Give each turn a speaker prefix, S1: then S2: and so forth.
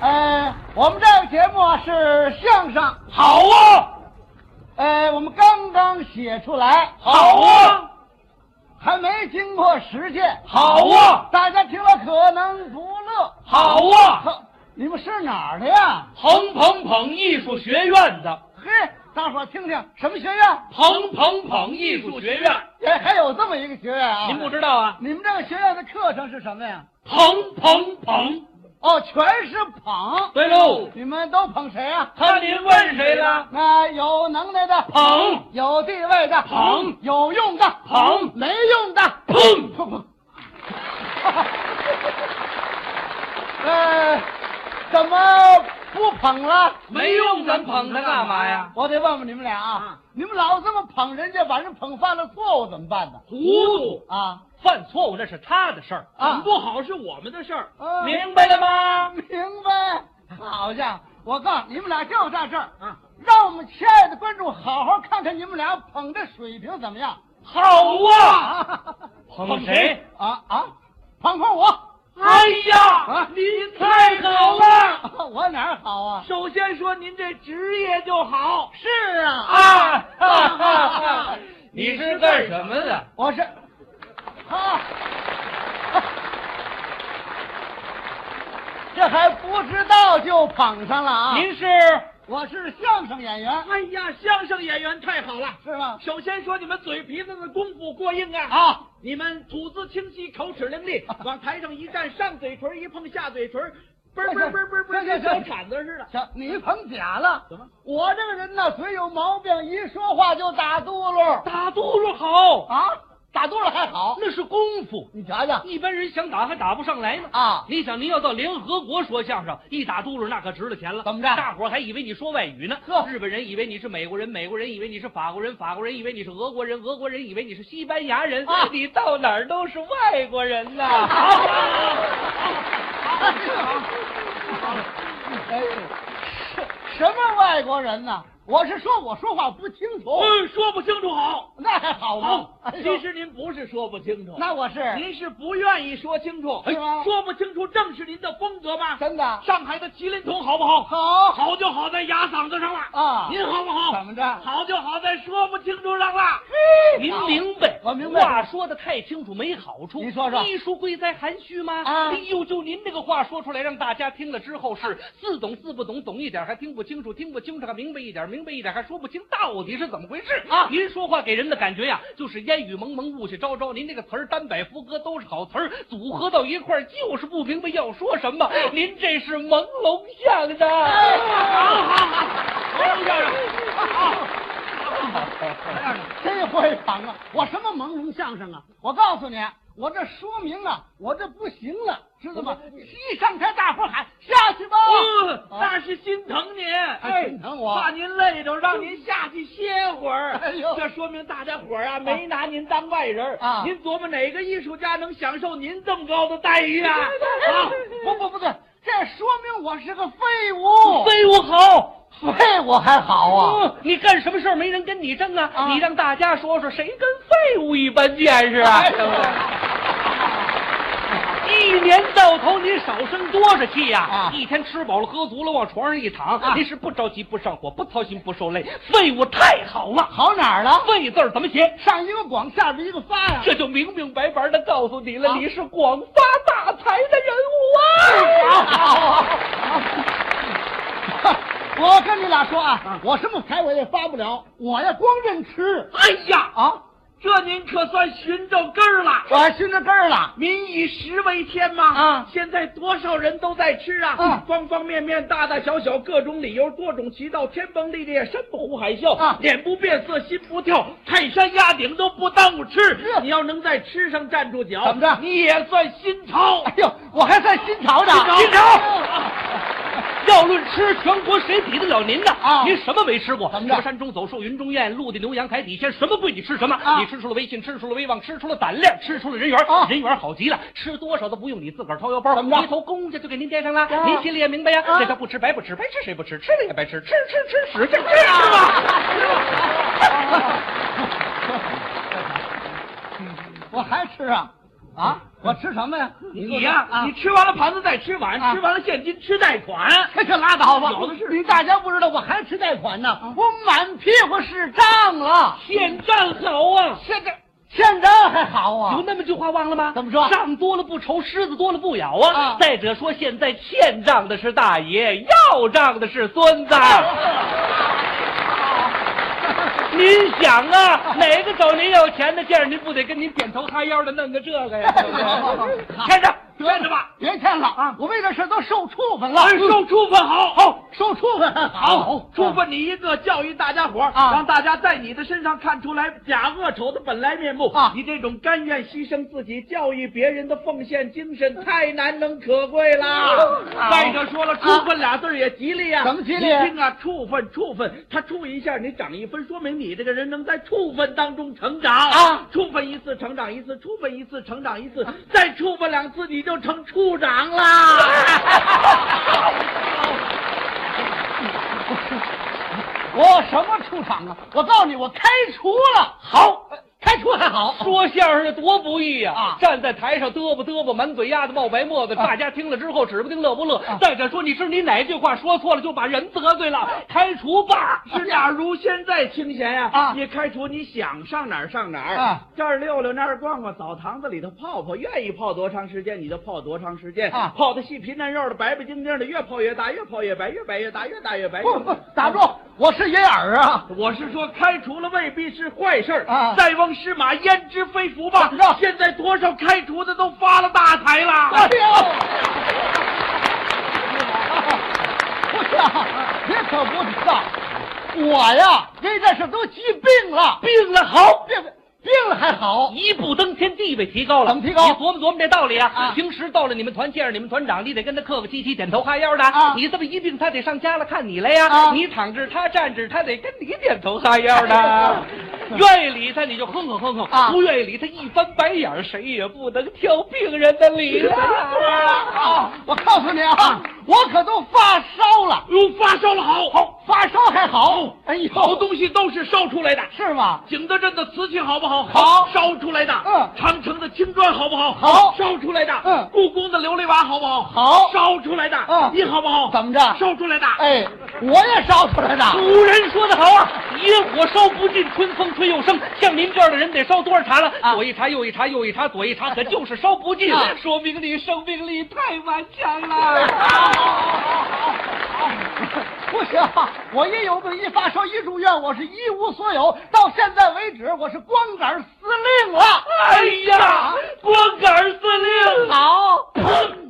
S1: 呃，我们这个节目啊是相声，
S2: 好啊，
S1: 呃，我们刚刚写出来，
S2: 好啊，
S1: 还没经过实践，
S2: 好啊
S1: 大家听了可能不乐。
S2: 好啊！
S1: 呵，你们是哪儿的呀？
S2: 彭彭彭艺术学院的
S1: 嘿，大伙儿听听，什么学院？
S2: 彭彭彭艺术学院，
S1: 哎，还有这么一个学院啊？
S2: 您不知道啊？
S1: 你们这个学院的课程是什么呀？
S2: 彭彭彭，
S1: 哦，全是捧。
S2: 对喽，
S1: 你们都捧谁啊？
S2: 看您问谁了？
S1: 那有能耐的
S2: 捧，
S1: 有地位
S2: 嗯
S1: 的
S2: 捧，
S1: 有用的
S2: 捧
S1: 没用的
S2: 砰
S1: 砰 砰。呃，怎么不捧了？
S2: 没用，咱捧他干嘛呀？
S1: 我得问问你们俩啊，你们老这么捧人家，把人捧犯了错误怎么办呢？
S2: 糊涂，
S1: 啊，
S2: 犯错误那是他的事儿，
S1: 啊
S2: 很不好是我们的事儿
S1: 啊，
S2: 明白了吗？
S1: 明白？好家伙，我告诉你们俩就在这儿
S2: 啊，
S1: 让我们亲爱的观众好好看看你们俩捧的水平怎么样。
S2: 好啊，
S1: 啊
S2: 捧谁？
S1: 啊啊！捧捧我，
S2: 哎呀
S1: 啊，
S2: 您太好了！
S1: 我哪儿好啊？
S2: 首先说您这职业就好
S1: 是
S2: 啊，哈哈 哈！你是干什么的？
S1: 啊我是，啊， 这还不知道就捧上了啊！
S2: 您是？
S1: 我是相声演员，
S2: 哎呀，相声演员太好了！
S1: 是吗？
S2: 首先说你们嘴皮子的功夫过硬啊！
S1: 啊，
S2: 你们吐字清晰，口齿伶俐，往台上一站，上嘴唇一碰，下嘴唇，嘣儿嘣儿嘣儿嘣儿嘣儿，跟小铲子似的。
S1: 小你捧假了。
S2: 怎么？
S1: 我这个人呢，嘴有毛病，一说话就打嘟噜
S2: 打嘟噜好，
S1: 啊，打嘟噜还好。
S2: 那是功夫，
S1: 你瞧瞧
S2: 一般人想打还打不上来呢。
S1: 啊，
S2: 你想，您要到联合国说相声，一打嘟噜那可值了钱了。
S1: 怎么着
S2: 大伙儿还以为你说外语呢
S1: 呵。
S2: 日本人以为你是美国人，美国人以为你是法国人，法国人以为你是俄国人，俄国人以为你是西班牙人。
S1: 啊
S2: 你到哪儿都是外国人呐。
S1: 哎，什什么外国人呢？我是说我说话不清楚，
S2: 嗯，说不清楚好。
S1: 那还好吗？
S2: 好，
S1: 哎呦
S2: 其实您不是说不清楚，
S1: 那我是
S2: 您是不愿意说清楚，哎
S1: 是吗
S2: 说不清楚正是您的风格吧？
S1: 真的
S2: 上海的麒麟童好不好？
S1: 好
S2: 好就好在哑嗓子上了
S1: 啊
S2: 您好不好？
S1: 怎么着
S2: 好就好在说不清楚上了。您
S1: 好
S2: 明白，
S1: 我明白
S2: 话说的太清楚没好处。
S1: 您说说
S2: 艺术贵在含蓄吗？
S1: 啊
S2: 哎呦，就您这个话说出来，让大家听了之后是似懂似不懂，懂一点还听不清楚，听不清楚还明白一点，明白一点还说不清到底是怎么回事
S1: 啊
S2: 您说话给人的感觉呀，就是烟雨蒙蒙，雾气昭昭。您这个词儿单摆副歌都是好词儿，组合到一块儿就是不明白要说什么。
S1: 哎
S2: 您这是朦胧相的。好好好，朦胧相
S1: 真会捧啊！我什么朦胧相声啊？我告诉你，我这说明啊，我这不行了，知道吗？一上台，大伙儿喊下去吧。
S2: 嗯，
S1: 啊
S2: 那是心疼您，
S1: 心疼我
S2: 怕您累着，让您下去歇会儿。
S1: 哎呦
S2: 这说明大家伙儿啊，没拿您当外人儿
S1: 啊
S2: 您琢磨哪个艺术家能享受您这么高的待遇啊？啊，
S1: 不不不对，这说明我是个废物。
S2: 飞舞好。
S1: 废物还好啊。
S2: 嗯，你干什么事儿没人跟你争啊？
S1: 啊
S2: 你让大家说说，谁跟废物一般见识啊？
S1: 哎
S2: 对不对？一年到头您少生多少气呀、
S1: 啊
S2: 一天吃饱了喝足了，往床上一躺，
S1: 啊
S2: 您是不着急不上火，不操心不受累，废物太好了。
S1: 好哪儿了？
S2: 废字儿怎么写？
S1: 上一个广，下边一个发呀。
S2: 这就明明白白的告诉你了，
S1: 啊
S2: 你是广发大财的人物啊！
S1: 好 我跟你俩说啊，我什么财我也发不了，我呀光认吃
S2: 哎呀，
S1: 啊，
S2: 这您可算寻着根儿了。
S1: 我还熏着根儿了。
S2: 民以食为天嘛，
S1: 啊
S2: 现在多少人都在吃啊，
S1: 啊
S2: 方方面面、大大小小、各种理由、多种渠道，天崩地裂、山不呼海啸，
S1: 啊
S2: 脸不变色、心不跳，泰山压顶都不耽误吃。
S1: 是
S2: 你要能在吃上站住脚，
S1: 怎么着
S2: 你也算新潮。
S1: 哎呦，我还算新潮呢。
S2: 新潮要论吃，全国谁比得了您呢？
S1: 啊
S2: 您什么没吃过？
S1: 怎么着
S2: 什山中走树，云中雁，陆地牛羊台底鲜，什么贵你吃什么？
S1: 啊
S2: 你吃出了威信，吃出了威望，吃出了胆量，吃出了人缘。
S1: 啊
S2: 人缘好极了，吃多少都不用你自个儿掏腰包，
S1: 怎么着
S2: 回头公家就给您垫上了。
S1: 啊
S2: 您心里也明白呀，
S1: 啊
S2: 这叫不吃白不吃，白吃谁不吃？吃了也白吃，吃吃吃使劲吃啊！
S1: 我还吃啊，啊！我吃什么呀？你给我
S2: 你呀、
S1: 啊
S2: 你吃完了盘子再吃碗，
S1: 啊
S2: 吃完了现金吃贷款。
S1: 哎这可拉倒吧！
S2: 有的是嗯
S1: 你大家不知道，我还吃贷款呢，我满屁股是账了。
S2: 现账好啊！
S1: 现在现在还好啊
S2: 有？那么句话忘了吗？
S1: 怎么说
S2: 账多了不愁，狮子多了不咬啊！
S1: 啊
S2: 再者说，现在欠账的是大爷，要账的是孙子。 您想啊，哪个手您有钱的劲儿，您不得跟您点头哈腰的弄个这 个呀？对不对欠着，欠着吧。
S1: 别欠了
S2: 啊
S1: 我为这事都受处分了，嗯
S2: 哎，受处分好，好，
S1: 受处分还
S2: 好
S1: 好，，
S2: 处分你一个，教育大家伙儿，
S1: 啊
S2: 让大家在你的身上看出来假恶丑的本来面目。
S1: 啊
S2: 你这种甘愿牺牲自己、教育别人的奉献精神，太难能可贵啦
S1: 好。
S2: 再者说了，处分俩字儿也吉利呀、
S1: 怎么吉利
S2: 你听啊，处分，处分，他处一下，你长一分，说明你这个人能在处分当中成长
S1: 啊
S2: 处分一次，成长一次；处分一次，成长一次；再处分两次，你就成处长啦。
S1: 嗯我什么出场啊？我告诉你，我开除了，好，开除还好。
S2: 说相声的多不易呀、
S1: 啊
S2: 站在台上嘚啵嘚啵，满嘴丫子冒白沫子，
S1: 啊
S2: 大家听了之后指不定乐不乐。
S1: 啊
S2: 再者说，你是你哪句话说错了，就把人得罪了，开除吧。是假如现在清闲呀、
S1: 啊
S2: 你开除，你想上哪儿上哪儿
S1: 啊
S2: 这儿溜溜，那儿逛逛，澡堂子里头泡泡，愿意泡多长时间你就泡多长时间
S1: 啊
S2: 泡的细皮嫩肉的，白白净净的，越泡越大，越泡越白，越白越大，越大越白。
S1: 不不，打住！我是银耳啊！
S2: 我是说，开除了未必是坏事儿
S1: 啊
S2: 塞翁失马，焉知非福吧
S1: 怎么着
S2: 现在多少开除的都发了大
S1: 哎
S2: 财了。
S1: 呦，不是啊，你可不知道，我呀，为这事都急病了，
S2: 病了好，
S1: 病病了还好。
S2: 一步登天，地位提高了。
S1: 怎么提高
S2: 你琢磨琢磨这道理啊！
S1: 啊
S2: 平时到了你们团，见着你们团长，你得跟他客客气气、点头哈腰的。
S1: 啊
S2: 你这么一病，他得上家了看你来呀、
S1: 啊哎
S2: 你躺着，他站着，他得跟你点头哈腰的。愿意理他，你就哼哼哼哼；
S1: 啊
S2: 不愿意理他，一翻白眼儿，谁也不能挑病人的理啊
S1: 啊！我告诉你啊，我可都发烧了，
S2: 哟，发烧了好，好，
S1: 发烧还好。哎呦，
S2: 好东西都是烧出来的。
S1: 是吗？
S2: 景德镇的瓷器好不好？
S1: 好
S2: 烧出来的。
S1: 嗯
S2: 长城的青砖好不好？
S1: 好
S2: 烧出来的。
S1: 嗯
S2: 故宫的琉璃瓦好不好？
S1: 好
S2: 烧出来的。
S1: 嗯
S2: 你好不好？
S1: 怎么着
S2: 烧出来的。
S1: 哎，我也烧出来的。
S2: 古人说得好啊，野火烧不尽，春风吹又生。像您这样的人得烧多少茶了？
S1: 啊
S2: 左一茶，右一茶，右一茶，左一茶，可就是烧不尽，
S1: 啊
S2: 说明你生命力太顽强了。
S1: 不行，我一有病一发烧一住院，我是一无所有。到现在为止，我是光
S2: 哎
S1: 杆司令了。
S2: 哎呀，光杆司令！
S1: 好，
S2: 砰